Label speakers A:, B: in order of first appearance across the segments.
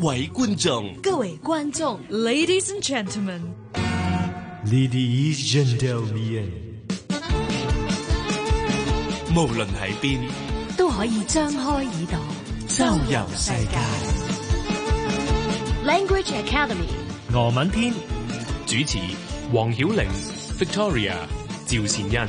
A: 位觀眾，
B: 各位觀眾，Ladies and Gentlemen，
C: Ladies gentlemen，
A: 無論喺邊，
B: 都可以張開耳朵
A: 周遊世界。
B: Language Academy，
C: 俄文篇
D: 主持黃曉玲、Victoria、趙善恩。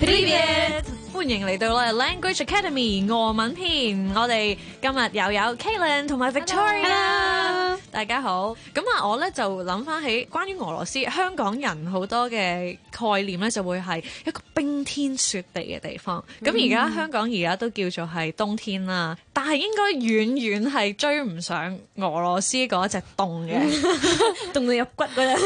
B: Привет 歡迎嚟到我哋 Language Academy 俄文篇，我哋今日又有 Kalen 同埋 Victoria。大家好，咁啊，我咧就諗翻起關於俄羅斯，香港人好多嘅概念咧就會係一個冰天雪地嘅地方。咁而家香港而家都叫做係冬天啦，但係應該遠遠係追唔上俄羅斯嗰隻凍嘅，凍到入骨嗰隻。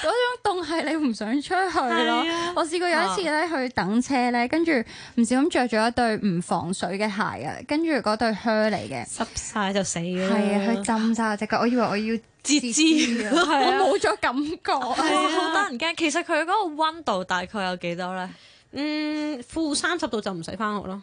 E: 嗰種凍係你唔想出去咯
B: 係啊。
E: 我試過有一次咧去等車咧，跟住唔小心着咗一對唔防水嘅鞋啊，跟住嗰對靴嚟嘅，
B: 濕晒就死啦。
E: 係啊，佢浸晒我隻腳，我以為我要
B: 哎截肢
E: 啊，
B: 係啊
E: 我冇咗感 覺
B: 係
E: 啊。
B: 啊， 好得人驚。其實佢嗰個温度大概有幾多咧？
F: 嗯，負三十度就唔使翻學咯。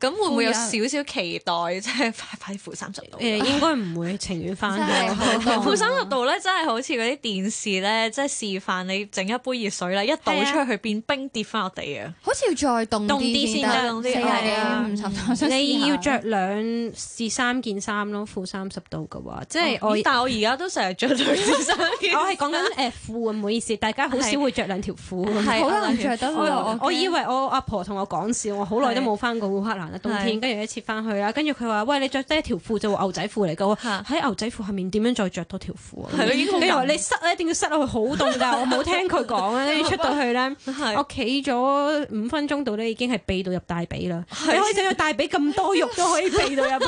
B: 咁會唔會有少
E: 好
B: 少期待，即係快 快負三十度？
F: 誒、應該唔會，情願翻
E: 真係
F: 學。
E: 好
B: 負
E: 凍，
B: 三十度咧，真係好似嗰啲電視咧，即係示範你整一杯熱水啦，一倒出去變冰跌翻落地啊！
E: 好似要再凍
B: 凍啲先得
E: 四
B: 凍啲係啊
E: 廿幾五十度，我想試下
F: 你要着兩至三件衫咯，負三十度嘅話，即
E: 哦
F: 係
B: 嗯
F: 我哦
B: 咦但係我而家都成日着到啲 衫嘅。
F: 我係講緊誒褲啊，唔好意思，大家好少會着兩條褲。
B: 係
E: 好難着得落
F: 我。我以
E: 為
F: 為我阿婆同我講笑，我好耐都冇翻過烏克蘭啦，冬天，
B: 係
F: 跟住一次翻去啦，跟住佢話：喂，你着低一條褲就話牛仔褲嚟㗎，我
B: 嚇
F: 話喺牛仔褲下面點樣再着多條褲啊？
B: 係咯已經好
F: 跟住
B: 緊
F: 話你塞咧，一定要塞落去，好凍㗎，我冇聽佢講啊，跟住出到去咧。
B: 係
F: 我企咗五分鐘度咧，已經係避到入大髀啦。你可以睇到大髀咁多肉都可以避到入去。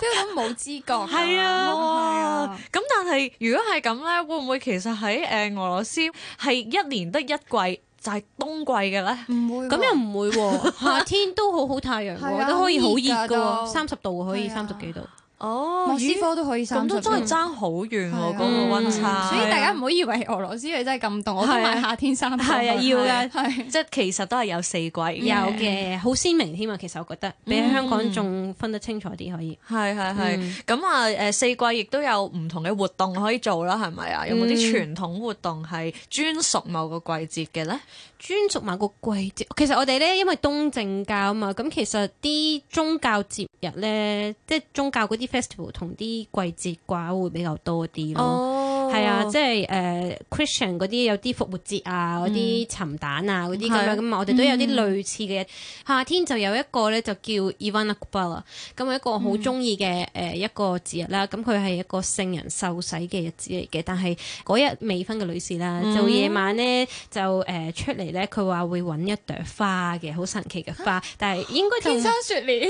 E: 即係都冇知覺㗎。
B: 係啊，
E: 係
B: 哇
E: 啊！
B: 咁但係如果係咁咧，會唔會其實喺誒俄羅斯係一年得一季就係冬季嘅咧？
E: 唔會喎
F: 咁又唔會喎，夏天都好好太陽
E: 係啊
F: 喎，都可以好熱㗎
E: 好熱㗎
F: 喎，
E: 都
F: 三十度喎可以
E: 係啊
F: 三十幾度。
B: 哦
E: 莫斯科都可以三
B: 咁
E: 十
B: 都
E: 度。
B: 真係爭好遠
E: 係啊
B: 喎，嗰個温差。
E: 所以大家唔好以為俄羅斯佢真係啊咁凍，我都買夏天衫。
F: 係啊要㗎
E: 係
B: 即係其實都係有四季嘅。
F: 有嘅，好鮮明添啊！其實我覺得比香港仲分得清楚啲，可以。
B: 係係係，咁啊誒四季亦都有唔同嘅活動可以做啦，係咪啊？有冇啲傳統活動係專屬某個季節嘅咧？
F: 專屬埋個季節，其實我哋咧因為東正教啊嘛，咁其實啲宗教節日咧，即係宗教嗰啲 festival 同啲季節掛會比較多啲咯。
B: 哦嗯
F: 係啊，即係誒、呃 Christian 嗰啲有啲復活節啊，嗰啲尋蛋啊，嗰啲咁樣
B: 係嗯
F: 咁啊，我哋都有啲類似嘅。夏天就有一個咧就叫 Ivana Kubala，咁係一個
B: 嗯
F: 好中意嘅誒一個節日啦。咁佢係一個聖人受洗嘅日子嚟嘅，但係嗰日未婚嘅女士啦，
B: 嗯
F: 就夜晚咧就誒、呃出嚟咧，佢話會揾一朵花嘅，好神奇嘅 花，但係應該就
E: 天山雪蓮，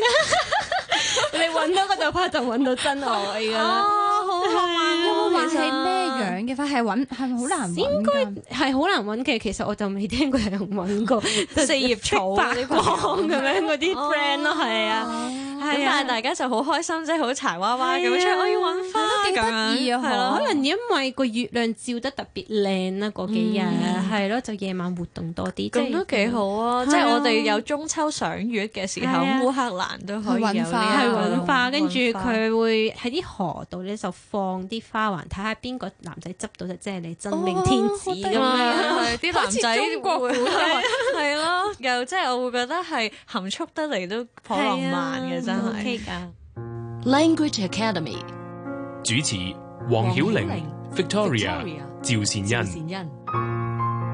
F: 你揾到嗰朵花就揾到真愛㗎啦。
B: 哦啊好好玩
E: 有冇話係咩樣嘅花？係揾係咪好難揾？應該
F: 係好難揾嘅，其實我就未聽過有人 揾過
B: 四葉草哦
F: 發光咁樣嗰啲 friend 咯，係啊，
B: 咁
F: 係
B: 但係
F: 啊。
B: 大家就好開心，即係好柴娃娃咁樣出去，
F: 係啊
B: 我要揾花
E: 幾得意
B: 咁樣，
E: 啊
B: 係咯。
F: 可能因為個月亮照得特別靚啦，嗰幾日係咯，就夜晚活動多啲，即
B: 咁
F: 係
B: 都幾好啊！即係我哋有中秋賞月嘅時候，
F: 係啊
B: 烏克蘭都可以有
E: 去
B: 呢
E: 揾花
B: 一
F: 係
B: 個
F: 揾花，跟住
B: 揾花
F: 佢會喺啲河度咧就放啲花環，睇下邊個男仔執到就即係你真命天子
E: 哦好
F: 咁
E: 得意
B: 咁樣
F: 樣。
B: 啲男仔
E: 好似中國
B: 會係係咯， 又即係我會覺得係含蓄得嚟都頗
F: 啊
B: 浪漫嘅，真係。
F: OK 㗎。
G: Language Academy，
D: 主持黃曉玲、Victoria
G: Victoria、
D: 趙善恩。
G: 善恩。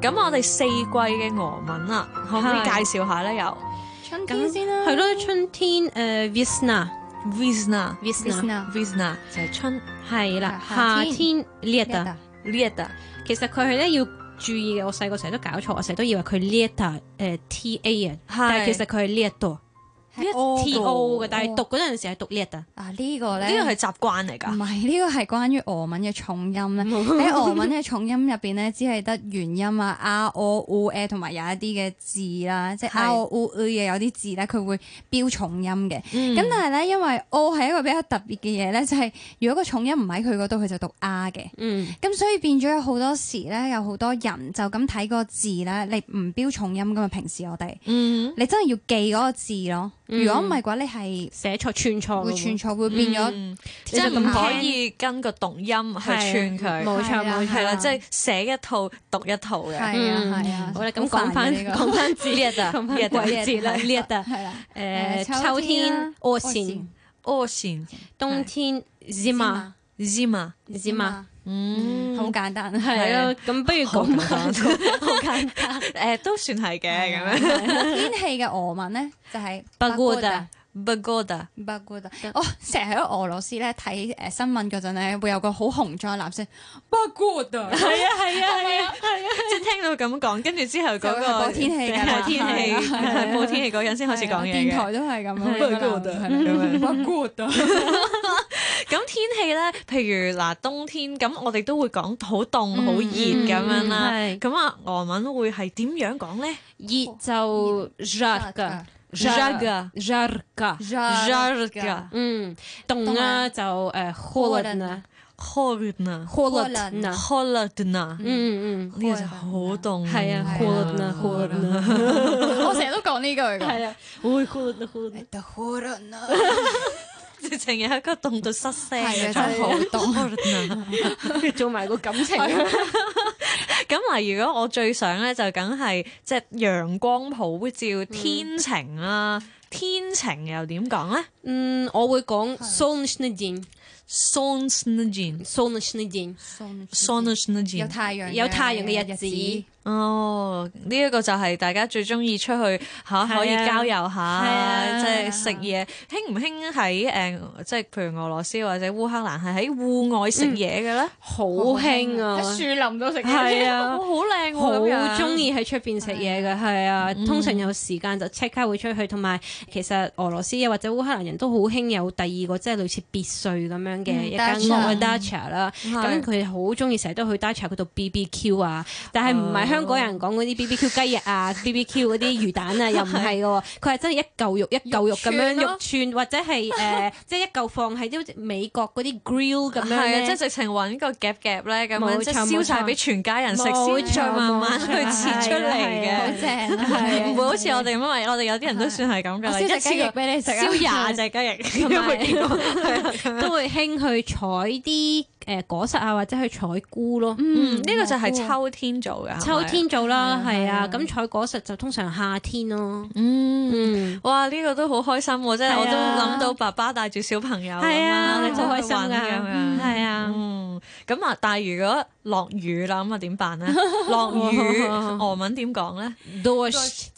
B: 咁我哋四季嘅俄文啦，可唔可以介
F: 係
B: 紹下咧？又
E: 春天先啦，
F: 係咯，春天呃誒 Visna，Visna。
B: Visna、
E: Visna
B: Visna 就係春
F: 係啦，
E: 夏
F: 夏
E: 天
F: 天 Lieta，
B: Lieta
F: 其實佢係咧要注意嘅。我細個成日都搞錯，我成日都以為佢 Lieta 誒呃 T A 啊，
B: 係
F: 但係其實佢係 Lieto，一 T O 嘅，但係
E: 哦
F: 讀嗰陣時係讀 lit 啊，
E: 啊呢個
B: 呢
E: 咧，
B: 個係習慣嚟
E: 唔
B: 㗎。哦
E: 係呢個係關於俄文嘅重 音咧。喺俄文嘅重音入邊咧，只係得元音啊、啊、o、u、e 同埋有一啲嘅字啦，即係
F: 係
E: a、o、u、e 嘅有啲字咧，佢會標重音嘅。咁、
B: 嗯
E: 但係咧，因為 o 係一個比較特別嘅嘢咧，就係、如果個重音唔喺佢嗰度，佢就讀 r 嘅。
F: 嗯，
E: 咁所以變咗有好多時咧，有好多人就咁睇個字咧，你唔標重音噶嘛？平時我哋，
B: 嗯，
E: 你真係要記嗰個字咯。
F: 嗯
E: 如果唔係嘅話，你
F: 寫錯串
E: 係
F: 錯，
E: 會串，錯，會變咗
B: 嗯即
F: 你就
B: 係唔
F: 咁
B: 可
F: 聽
B: 以跟個讀音去串佢，
F: 啊冇錯
E: 係啊
F: 冇
B: 係
F: 錯
E: 係
B: 啦，
E: 啊
B: 即係寫一套讀一套
E: 係
B: 嘅。
E: 啊
F: 嗯
E: 係啊。
F: 好啦，咁
E: 好煩
F: 講
E: 嘅
F: 翻
E: 呢 個
F: 講翻字
B: Lit 啊
F: 講翻
B: Lit 啊
F: 季節啦
E: Lit
F: ，lit 啊，
E: 係啦，
F: 誒
E: 誒
F: 秋天
E: 啦
F: 惡
E: 惡
F: 線，
B: 哦，線
F: 冬天 zima
E: 嘛
B: Zima，
F: zima，
B: 嗯，
E: 好簡單，
F: 係
E: 啊
F: 咯，咁不如
B: 好
F: 講
B: 簡
F: 翻
B: 單，好簡單， 誒都算係嘅咁樣。
E: 天氣嘅俄文咧就 係
F: Pagoda
B: Pagoda，
E: Pagoda，我哦成日喺俄羅斯咧睇誒新聞嗰陣咧，會有個好紅咗嘅藍色 Pagoda，
B: 係啊係啊係啊係啊！即係聽到咁講，跟住之後
E: 就
B: 嗰
E: 係
B: 個
E: 報天氣㗎啦
B: 報天氣
E: 係啊
B: 係報天氣嗰陣 先開始講嘢
E: 電
B: 嘅。啊
E: 台都係 咁樣
B: Pagoda
E: 嘅。
B: 咁 樣
E: Pagoda，
B: 咁天氣咧，譬如嗱冬天，咁我哋都會講好凍好熱咁樣啦。
F: 係
B: 咁啊，俄文會係點樣講咧
F: 熱就 jarga
B: Jarga
F: jarga，
B: ？Жарко,
F: 嗯，凍啊就誒
E: Холодно
F: холodna
B: холодно,
E: Холодно
F: холodna，
B: холодно，呢
F: 嗯嗯，
B: 個就好凍。
F: 係啊
E: 係啊
F: ，holodna holodna，
E: 我成日都講呢句㗎。
F: 係啊，會 holodna holodna。
E: The Horona
B: 直情有一個凍到失聲
E: 係
B: 嘅
E: 啊，真係好凍。
F: 做埋個感情，
B: 咁嗱，如果我最想咧，就梗係即係陽光普照、天晴啦。天晴又點講咧
F: 嗯，我會講 солнечный день，солнечный
B: ？Sunny d
F: день，
B: sunny d
E: 有太陽嘅，
F: 有太陽嘅日子
B: 哦，呢一個就係大家最中意出去嚇可以交遊下，
F: 啊
B: 即係食嘢興唔興喺誒，即係譬如俄羅斯或者烏克蘭係喺戶外食嘢嘅咧？
F: 好興啊，
E: 林度食
F: 係
B: 哇
F: 啊。
B: 好靚喎！
F: 好
B: 咁樣嗯
F: 中意喺出邊食嘢嘅，係啊，通常有時間就即刻會出去，同埋其實俄羅斯又或者烏克蘭人都好興有第二個即係類似別墅咁樣嘅一間屋啊
E: dacha
F: dacha 啦，咁
B: 嗯係
F: 佢好中意成日都去 dacha 嗰度 BBQ 啊，但係
B: 哦
F: 唔係香港人講嗰啲 BBQ 雞翼 啊、BBQ 嗰啲魚蛋啊，又唔係嘅喎，佢係真係一嚿 肉一嚿肉咁樣
E: 肉
F: 肉串，或者係誒即係一嚿放喺啲好似美國嗰啲 grill 咁樣
B: 係啊，
F: 咧
B: 即係直情揾個夾夾咧，咁樣
F: 冇
B: 即係
F: 錯
B: 燒晒
F: 冇錯
B: 俾全家人食
F: 冇
B: 先，
F: 錯
B: 再慢慢
F: 冇
B: 去
F: 錯
B: 切出嚟
F: 係啊
B: 嘅。
E: 好 正啊，
B: 唔會好似我哋咁，因啊為我哋有啲人都算係咁噶
E: 我
B: 啦，
F: 啊
E: 燒
B: 一
E: 隻
B: 次
E: 雞翼
B: 過
E: 俾你食啊，
B: 燒廿隻雞翼， 因
F: 同埋
B: 為 呢
F: 都會興去採啲誒果實啊，或者去採菇咯。
E: 嗯，
B: 個就係秋天做嘅，係咪
F: 啊秋。天做啦，
E: 係啊
F: 係啊，
E: 係啊
F: 咁採果實就通常夏天咯。
B: 嗯，
F: 嗯，
B: 哇！呢個都好開心喎，真係
F: 係啊
B: 我都諗到爸爸帶住小朋友咁樣，
F: 係啊，
B: 你
F: 好開心
B: 㗎
F: 㗎，
B: 咁樣。
F: 係啊，
B: 嗯，咁啊，但係如果落雨啦，咁啊點 辦咧？落雨俄文點講咧
F: d o s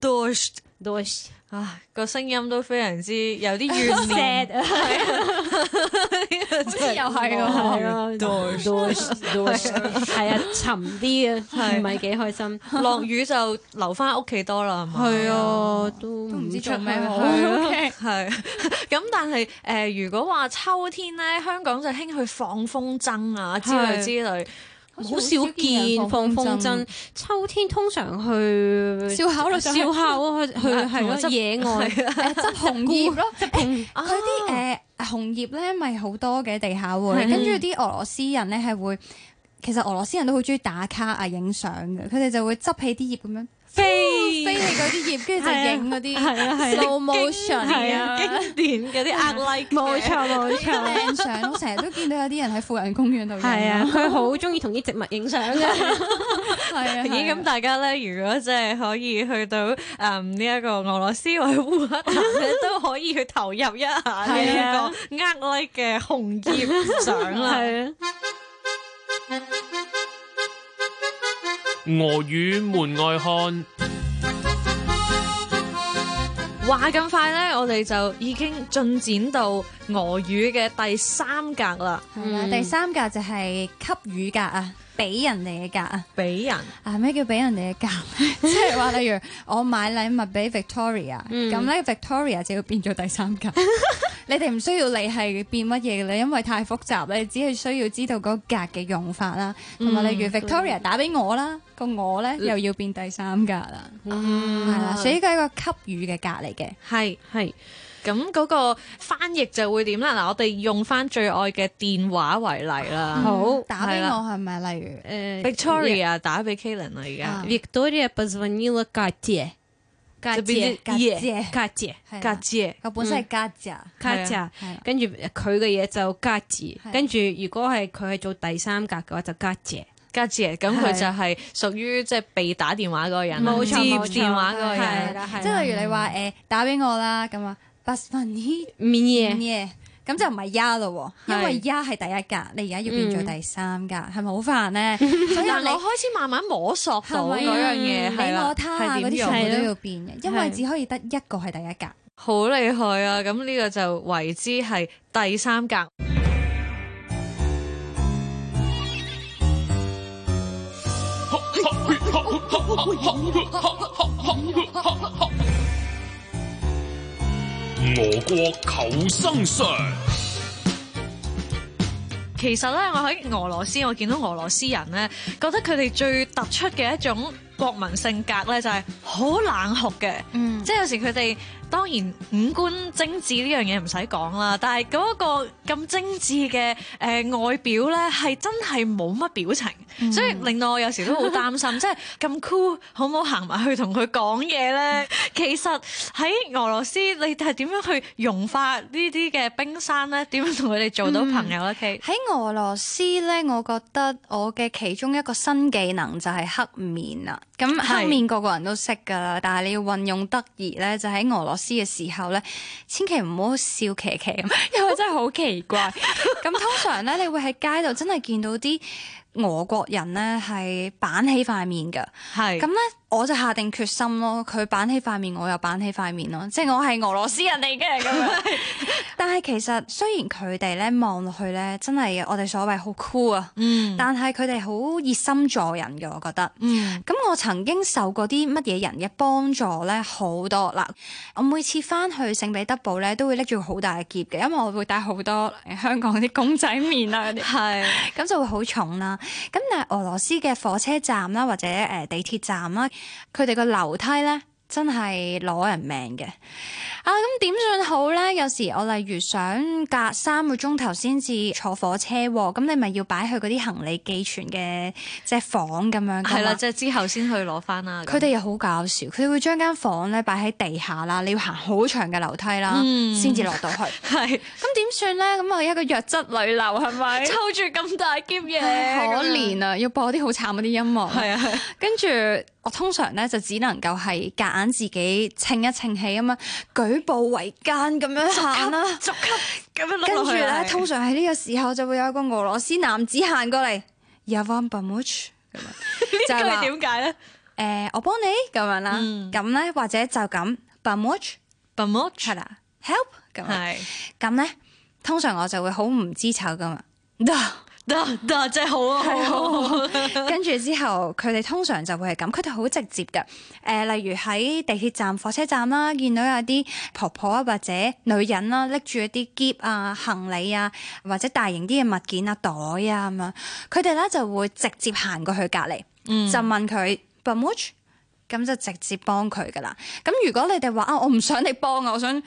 B: d o s
F: d o s
B: 唉，個聲音都非常之有啲怨
F: sad
B: 念，
F: 啊
E: 好似又係喎。
F: 係啊 d o s d o s d o s 係啊，沉啲啊，
B: 係
F: 唔係幾開心。
B: 落雨就留翻屋企多啦，係嘛？
F: 係啊，都
E: 都唔知
F: 出
E: 做咩
F: 去
E: 好
F: 係啊
E: ，OK，
B: 係， 咁但係誒、呃如果話秋天咧，香港就興去放風箏啊之類
F: 係
B: 之類，
F: 好少見放風箏，秋天通常去
E: 燒烤咯，
F: 燒烤啊，去去係啊咯野外，
E: 誒執紅葉 咯，誒
F: 啊
E: 佢啲誒紅葉咧咪好多嘅地下會，跟住啲俄羅斯人咧係會，其實俄羅斯人都好中意打卡啊影相嘅，佢哋就會執起啲葉咁樣
F: 飛啊
E: 飛起嗰啲葉，跟住就影嗰啲
F: 係啊係啊
E: slow motion
F: 係啊
E: 啊
B: 經典嗰啲呃 like
F: 冇錯冇錯，
E: 靚相，我成日都見到有啲人喺富人公園度影
F: 係啊，，佢好中意同啲植物影 相啊嘅，
E: 係啊，
B: 咦，咁大家咧，如果即係可以去到誒呢一個俄羅斯或者烏克蘭 咧，都可以去投入一下呢一個
F: 啊
B: 呃 like 嘅紅葉相啦。
F: 係啊，
D: 俄語門外漢，
B: 話咁快咧，我哋就已經進展到俄語嘅第三格啦，
E: 係啦，第三格就係給予格啊，俾人哋嘅格啊。
B: 俾人
E: 啊咩叫俾人哋嘅價？即係話例如我買禮物俾 Victoria，咁
B: 嗯
E: 咧 Victoria 就要變咗第三 格。你哋唔需要理係變乜嘢嘅啦，因為太複雜咧，你只係需要知道嗰格嘅用法啦，同
B: 嗯
E: 埋例如 Victoria 打俾我啦，個我咧又要變第三格啦，係
B: 啊
E: 啦，所以呢個係一個給予嘅格嚟嘅。
B: 係。
F: 係
B: 咁嗰個翻譯就會點啦？嗱，我哋用翻最愛嘅電話為例啦。
F: 好
E: 打俾
B: 係
E: 我
B: 啦
E: 係咪例如？
F: 誒
B: Victoria 打俾 Kalen 啦，而家
E: 啊
F: Victoria позвонила Кате。
B: 就變咗
E: 格姐
F: Kate
E: 係
B: 格嗯
E: 啦，
B: 姐
E: 個本身係格咋。
B: 係
F: Kate，
B: 啊
E: 係啊
F: 跟住佢嘅嘢就 Kate，
E: 係
F: 跟住如果係佢係做第三格嘅話就 Kate。
B: 格姐，咁佢就係屬於即係被打電話嗰個人啦，啊
F: 冇錯
B: 接
F: 冇錯
B: 電話嗰個
F: 係
B: 人。啊
F: 啦係啦
E: 啊即係例如你話誒打俾我啦，咁啊 b u s m a n i
F: Мне
E: 嘢，咁就唔係呀咯喎，因為
F: 係
E: 呀係第一格，你而家要變做第三格，係咪好煩咧？ 所
B: 但
E: 以
B: 係我
E: 你
B: 開始慢慢摸索到
E: 係
B: 嗰
E: 咪啊
B: 樣嘢係
E: 你
B: 啦，
E: 我他啊
B: 係點
E: 嗰啲
B: 用
E: 全部
F: 係
E: 都
F: 咯
E: 要變嘅，因為
F: 係
E: 只可以得一個係第一格。
B: 好厲害啊！咁呢個就為之係第三格。
D: 俄國求生術，
B: 其實咧，我喺俄羅斯，我見到俄羅斯人咧，覺得佢哋最突出嘅一種國民性格咧，就係好冷酷嘅。
E: 嗯，
B: 即係有時佢哋當然五官精緻呢樣嘢唔使講啦，但係嗰個咁精緻嘅誒、呃外表咧，係真係冇乜表情，所以令到我有時都好擔心，即係咁 cool，好唔好行埋去同佢講嘢咧？ 其實喺俄羅斯，你係點樣去融化呢啲嘅冰山咧？點樣同佢哋做到朋友咧？K
E: 喺俄羅斯咧，我覺得我嘅其中一個新技能就係黑面啦。咁黑面個個人都識㗎啦，但係你要運用得宜咧，就喺俄羅斯嘅時候咧，千祈唔好笑騎騎咁， 因為真係好奇怪。咁通常咧，你會喺街度真係見到啲俄國人咧係板起塊面㗎。
B: 係
E: 咁咧，我就下定決心咯。佢板起塊面，我又板起塊面咯。即係我係俄羅斯人嚟嘅咁 樣。但係其實雖然佢哋咧望落去咧，真係我哋所謂好 cool 啊，
B: 嗯
E: 但係佢哋好熱心助人嘅，我覺得。
B: 嗯
E: 咁我曾經受過啲乜嘢人嘅幫助咧，好多啦。我每次翻去聖彼得堡咧，都會拎住好大嘅篋嘅，因為我會帶好多呃香港啲公仔麵啊嗰啲。
B: 係
E: 咁就會好重啦。咁但係俄羅斯嘅火車站啦，或者誒、呃地鐵站啦，佢哋個樓梯咧真係攞人命嘅。啊，咁點算好咧？有時我例如想隔三個鐘頭先至坐火車喎，咁你咪要擺去嗰啲行李寄存嘅即係房咁樣㗎
B: 係啦，
E: 嘛
B: 即係之後先去攞翻啦。咁
E: 佢哋又好搞笑，佢哋會將間房咧擺喺地下啦，你要行好長嘅樓梯啦，
B: 嗯
E: 先至落到去。
B: 係
E: 咁點算咧？咁我一個弱質女流係咪？
B: 抽住咁大箧嘢，
E: 可憐啊！要播啲好慘嗰啲音樂。
B: 係啊係啊。
E: 跟住我通常咧就只能夠係夾硬自己稱一稱氣咁樣，舉步維艱咁樣行啦。
B: 逐級咁樣碌
E: 跟
B: 落
E: 住
B: 去啊
E: 咧
B: 啦，
E: 通常喺呢個時候就會有一個俄羅斯男子行過嚟 y a v a n b a m u c 就係話
B: 呢句點解咧
E: 誒我幫你咁樣啦。
B: 嗯
E: 咁咧、或者就咁 b a m u c
B: b a m o
E: 係啦，help 咁樣。
B: 係
E: 咁咧通常我就會好唔知醜咁啊。Duh
B: 得得，真係好啊，好啊
E: 跟住之後，佢哋通常就會係咁，佢哋好直接嘅。誒、例如喺地鐵站、火車站啦，見到有啲婆婆啊或者女人啦，拎住一啲篋啊、行李啊，或者大型啲嘅物件啊、袋啊咁樣，佢哋咧就會直接行過去隔離，就問佢 b a m u c 咁就直接幫佢噶啦。咁如果你哋話啊，我唔想你幫我，我想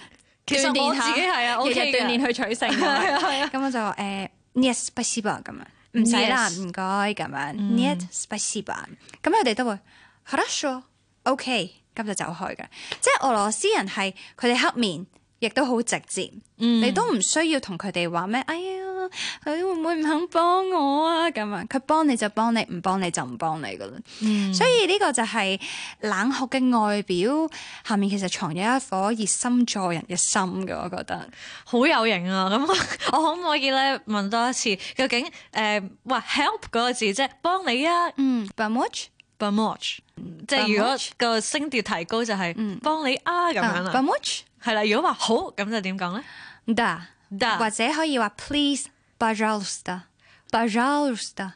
B: 其實
E: 鍛鍊
B: 我
E: 下
B: 自己係啊
E: 日日
B: ，OK 嘅
E: 鍛鍊去取勝。咁我就話誒 yes p a s i b a 啊咁樣，唔嗯使啦，
B: Yes
E: 唔該咁樣 yes p a s i b a 咁佢哋都會 h o s o OK，咁就走開嘅。即係俄羅斯人係佢哋黑面，亦都好直接，你都唔需要同佢哋話咩，哎呀，佢會唔會唔肯幫我啊？咁樣佢幫你就幫你，唔幫你就唔幫你噶啦。所以呢個就係冷酷嘅外表下面，其實藏有一顆熱心助人嘅心嘅，我覺得。
B: 好有型啊！咁 我可唔可以咧問多一次，究竟誒話 help 嗰個字即係幫你啊
E: 嗯 b u m u c
B: b a m o 即係如果
E: Bamuch
B: 個聲調提高就係幫你啊咁樣
E: 啊
B: 啦，
E: ，Bamuch
B: 係啦。如果話好咁就點講咧？
E: da，
B: Da
E: 或者可以話 please，пожалуйста，пожалуйста，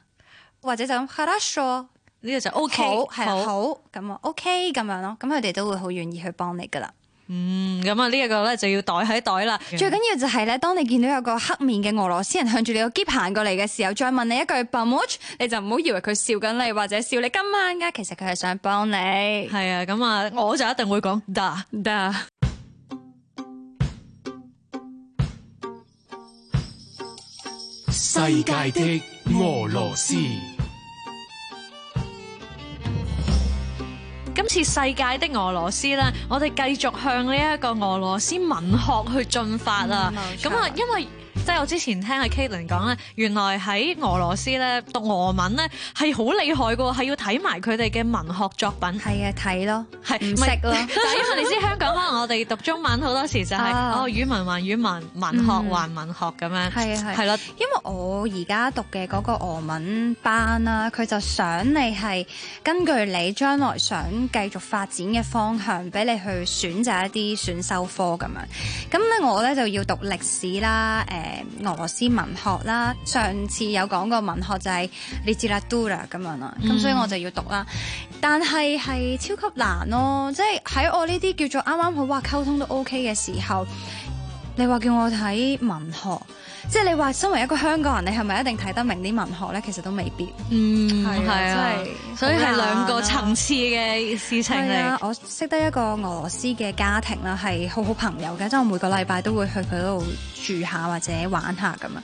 E: 或者就咁 хорошо。
B: 呢個就 O K，
E: 好係啦，好咁啊，OK 咁樣咯，咁佢哋都會好願意去幫你噶啦。
B: 嗯咁啊呢一個咧就要袋喺袋啦。
E: 最緊要就係咧，當你見到有個黑面嘅俄羅斯人向住你個篋行過嚟嘅時候，再問你一句 b a m o c h 你就唔好以為佢笑緊你或者笑你今晚㗎，其實佢係想幫你。
B: 係啊，咁啊我就一定會講 da。
E: 得，
D: 世界的俄羅斯，
B: 今次世界的俄羅斯咧，我哋繼續向呢一個俄羅斯文學去進發啊！咁啊、因為即係我之前聽阿 Caitlin 講咧，原來喺俄羅斯咧讀俄文咧係好厲害嘅喎，係要睇埋佢哋嘅文學作品。
E: 係啊，睇咯，
B: 係
E: 唔識咯
B: 但係因為你知香港可能我哋讀中文好多時就係、
E: 啊
B: 哦語文還語文，文學還文學咁樣，
E: 係啊係
B: 係啦，
E: 因為我而家讀嘅嗰個俄文班啦，佢就想你係根據你將來想繼續發展嘅方向，俾你去選擇一啲選修科咁樣。咁咧我咧就要讀歷史啦，誒、呃俄羅斯文學啦，上次有講過文學就係 literatura 咁樣啦，咁、所以我就要讀啦。但係係超級難咯，即係喺我呢啲叫做啱啱好話溝通都 OK 嘅時候。你話叫我睇文學，即係你話身為一個香港人，你係咪一定睇得明啲文學咧？其實都未必。
B: 嗯
E: 係啊真係
B: 所以係
E: 好難啊
B: 兩個層次嘅事情
E: 係
B: 嚟
E: 啊，。我識得一個俄羅斯嘅家庭啦，係好好朋友嘅，即係我每個禮拜都會去佢嗰度住下或者玩下咁樣。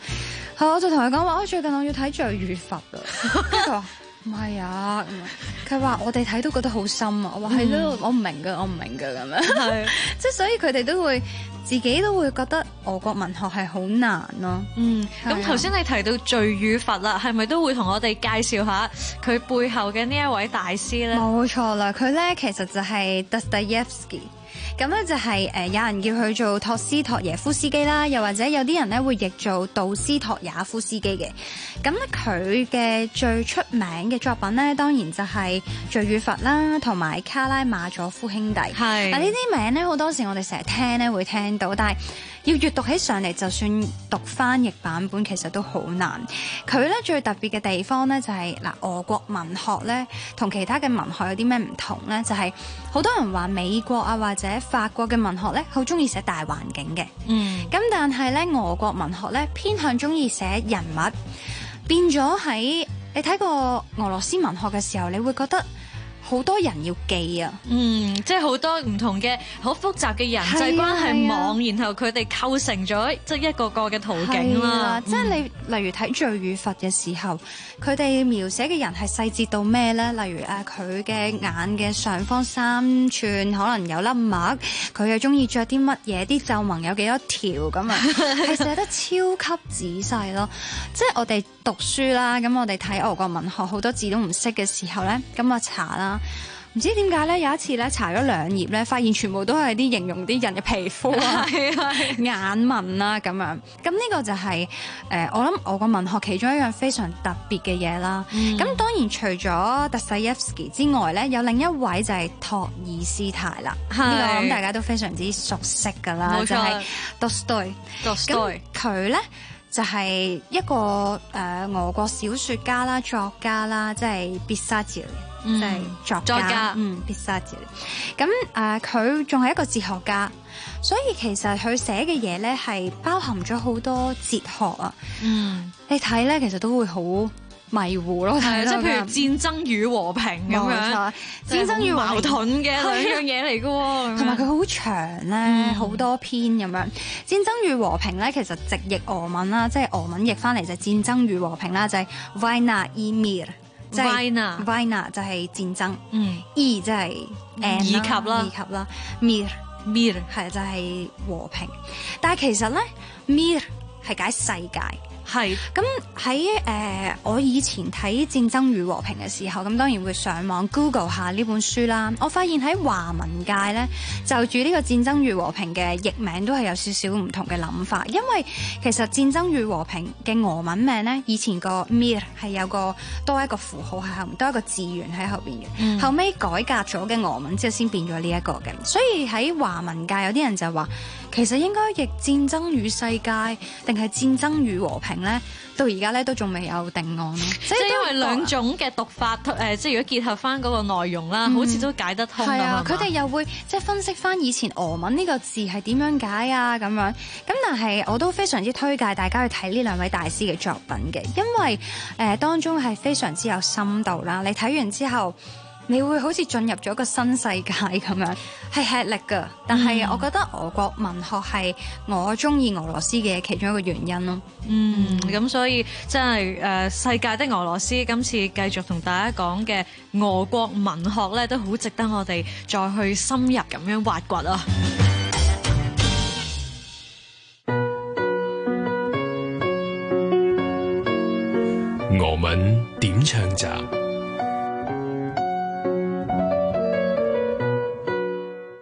E: 係，我就同佢講話，我最近我要睇《罪與罰》啦， 跟住佢話。唔係啊，咁樣佢話我哋睇都覺得好深啊！我話係
B: 嗯
E: 咯，我唔明㗎，我唔明㗎咁 樣。
B: 係
E: 即係所啊以佢哋都會自己都會覺得俄國文學係好難咯。
B: 嗯，
E: 係
B: 咁
E: 啊
B: 頭先你提到罪與罰啦，係咪都會同我哋介紹下佢背後嘅呢一位大師咧？
E: 冇錯啦，佢咧其實就係 Dostoevsky。咁咧就係、誒、有人叫佢做托斯托耶夫斯基啦，又或者有啲人咧會譯做杜斯托也夫斯基嘅。咁咧佢嘅最出名嘅作品咧，當然就係《罪與罰》啦，同埋《卡拉馬佐夫兄弟》。
B: 係
E: 嗱呢啲名咧，好多時我哋成日聽咧會聽到，但係要閱讀起上嚟，就算讀翻譯版本，其實都好難。佢咧最特別嘅地方咧就係、嗱，俄國文學咧同其他嘅文學有啲咩唔同咧？就係、好多人話美國啊或者法國嘅文學咧，好中意寫大環境嘅。
B: 嗯，
E: 咁但係咧，俄國文學咧偏向中意寫人物，變咗喺你睇過俄羅斯文學嘅時候，你會覺得好多人要記啊。
B: 嗯，即係好多唔同嘅好複雜嘅人際
E: 係
B: 關
E: 啊
B: 係
E: 係啊
B: 網，然後佢哋構成咗即係一個個嘅途徑
E: 係啊
B: 啦。嗯
E: 即係你例如睇《罪與罰》嘅時候，佢哋描寫嘅人係細緻到咩咧？例如誒，佢嘅眼嘅上方三寸可能有粒墨，佢又中意着啲乜嘢，啲皺紋有幾多條咁啊，係寫得超級仔細咯。即係我哋讀書啦，咁我哋睇俄國文學好多字都唔識嘅時候咧，咁啊查啦。唔知點解咧，有一次咧查咗兩頁咧，發現全部都係啲形容啲人嘅皮膚 啊、眼紋啦咁樣。咁呢個就係、呃我諗我個文學其中一樣非常特別嘅嘢啦。
B: 嗯
E: 咁、當然除咗特西耶夫斯基之外咧，有另一位就係托爾斯泰啦。呢個
B: 係
E: 我諗大家都非常之熟悉㗎啦，
B: 冇錯
E: 就係 Dostoy。咁
B: Dostoy
E: 佢咧就係、一個誒、呃俄國小說家啦、作家啦，即係別沙哲，
B: 嗯
E: 即係作家，
B: 作家
E: 嗯，別沙哲。咁誒，佢仲係一個哲學家，所以其實佢寫嘅嘢咧係包含咗好多哲學啊。
B: 嗯，
E: 你睇咧，其實都會好迷糊咯，
B: 係啊
E: 睇
B: 即係
E: 到
B: 譬
E: 咁
B: 如戰爭與和平咁
E: 冇
B: 樣，
E: 錯，戰爭與
B: 矛
E: 和平
B: 盾嘅兩樣嘢嚟嘅喎，
E: 同埋佢好長
B: 嗯
E: 咧，好、多篇咁樣。戰爭與和平咧，其實直譯俄文啦，即係俄文譯翻嚟就係戰爭與和平啦，就係 Vina i Mir，即係啊
B: Vina
E: Vina 就係戰爭
B: 嗯
E: ，E 即係 and
B: 以及啦
E: 以及啦，Mir
B: ，mir
E: 係就係和平。但係其實咧，Mir 係解世界，
B: 係
E: 咁喺誒我以前睇《戰爭與和平》嘅時候，咁當然會上網 Google 下呢本書啦。我發現喺華文界呢，就住呢個《戰爭與和平》嘅譯名都係有少少唔同嘅諗法，因為其實《戰爭與和平》嘅俄文名呢，以前個 mir 係有個多一個符號喺後面，多一個字元喺後邊嘅。
B: 嗯
E: 後尾改革咗嘅俄文之後，先變咗呢一個嘅。所以喺華文界有啲人就話，其實應該譯戰爭與世界定係戰爭與和平呢？到而家咧都仲未有定案咯，即
B: 即係因為兩種嘅讀法，誒，即係如果結合翻嗰個內容啦，好似都解得通咁嗯
E: 係啊
B: 係嘛，
E: 佢哋又會即係分析翻以前俄文呢個字係點樣解啊咁樣。咁但係我都非常之推介大家去睇呢兩位大師嘅作品嘅，因為誒、呃、當中係非常之有深度啦。你睇完之後。你會好似進入咗個新世界咁樣，係吃力㗎。但係我覺得俄國文學係我中意俄羅斯嘅其中一個原因咯。
B: 嗯，咁所以真係誒世界的俄羅斯今次繼續同大家講嘅俄國文學咧，都好值得我哋再去深入咁樣挖掘啊！
D: 俄文點唱集？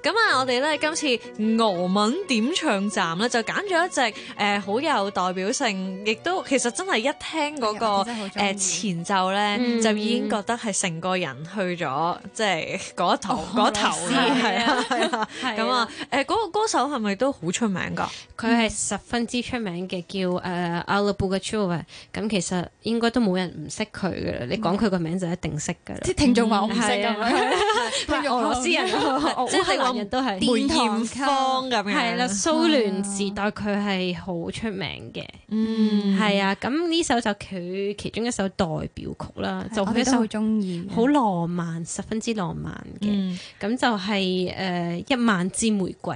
B: 咁啊，我哋咧今次俄文點唱站咧，就揀咗一隻誒好有代表性，亦都其實真係啊一聽嗰
E: 哎呀我
B: 個
E: 真係好鍾意
B: 誒呃前奏咧，
F: 嗯哦
B: 就已經覺得係成個人去咗即係嗰頭嗰頭
F: 我知
B: 嘅係啊係啊
F: 係啊
B: 咁啊誒嗰個歌手係咪都好出名㗎？
F: 佢係十分之出名嘅，叫誒 a l a b u g a c h u v a 咁其實應該都冇人唔識佢嘅啦。你講佢個名就一定識嘅啦。
E: 啲聽眾話我
F: 唔識咁
E: 啊
F: 樣，
E: 聽眾
F: 俄 羅斯人、
E: 哦
B: 即係
F: 烏克蘭人都係。
B: 梅
E: 殿堂
B: 艷
E: 級
B: 芳咁樣
E: 啊
F: 係
E: 嗯
F: 啦，蘇聯時代佢係好出名嘅，
B: 嗯
F: 係啊，咁呢首就佢其中一首代表曲啦，就
E: 我
F: 係一
E: 哋都
F: 首
E: 好中意。
F: 好浪漫，十分之浪漫嘅，咁、
E: 嗯
F: 就係、呃一萬支玫瑰，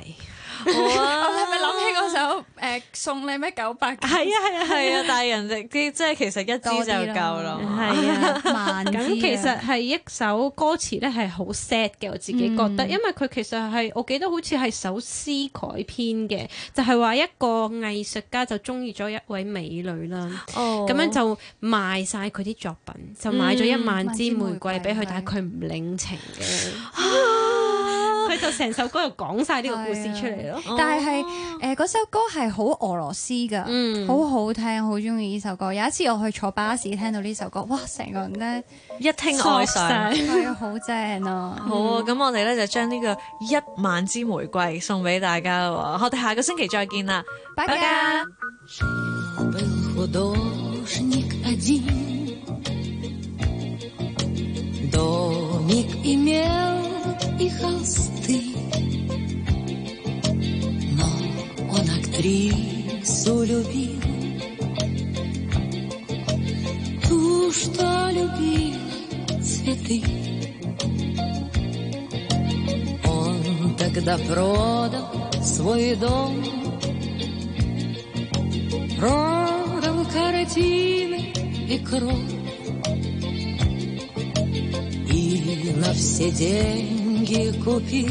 B: 嗯
E: 哦
B: 哇
H: 你咪諗起嗰首誒、送你咩九百？
F: 係啊係啊
B: 係啊，但係人哋啲即係其實一支就夠咯。
F: 係 啊。
E: 萬
F: 咁
E: 之
F: 其
E: 啊
F: 實係一首歌詞咧係好 sad 嘅，我自己覺
E: 嗯
F: 得，因為佢其實係我記得好似係首詩改編嘅，就係、話一個藝術家就中意咗一位美女啦，咁、
B: 哦
F: 樣就賣晒佢啲作品，就買咗一嗯萬支
E: 萬支
F: 玫瑰俾佢
E: 玫瑰，
F: 但係佢唔領情嘅， 佢就成首歌就講晒呢個故事出嚟咯。
B: 哦
E: 但係誒嗰首歌係好俄羅斯㗎，
F: 哦嗯
E: 好好聽，好中意呢首歌。有一次我去坐巴士聽到呢首歌，哇！成個人 咧
B: 一聽愛上。
E: 係啊好正啊！
B: 好
F: 嗯
B: 啊，咁我哋咧就將呢個一萬支玫瑰送俾大家啦喎，我哋下個星期再見啦，
E: 拜
B: 拜拜。
G: Был художник один. Домик имел и холсты, но он актрису любил. Ту, что любила цветы. Он тогда продал свой дом Продал картины и кровь И на все деньги купил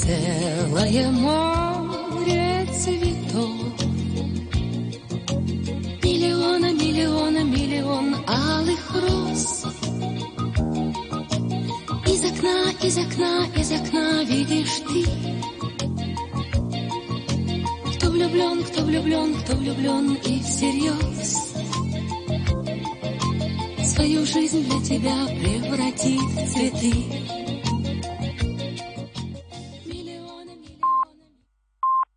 G: Целое море цветов Миллиона, миллиона, миллион алых роз Из окна, из окна, из окна видишь ты кто влюблен, кто влюблен, кто влюблен и всерьез Свою жизнь для тебя превратит в цветы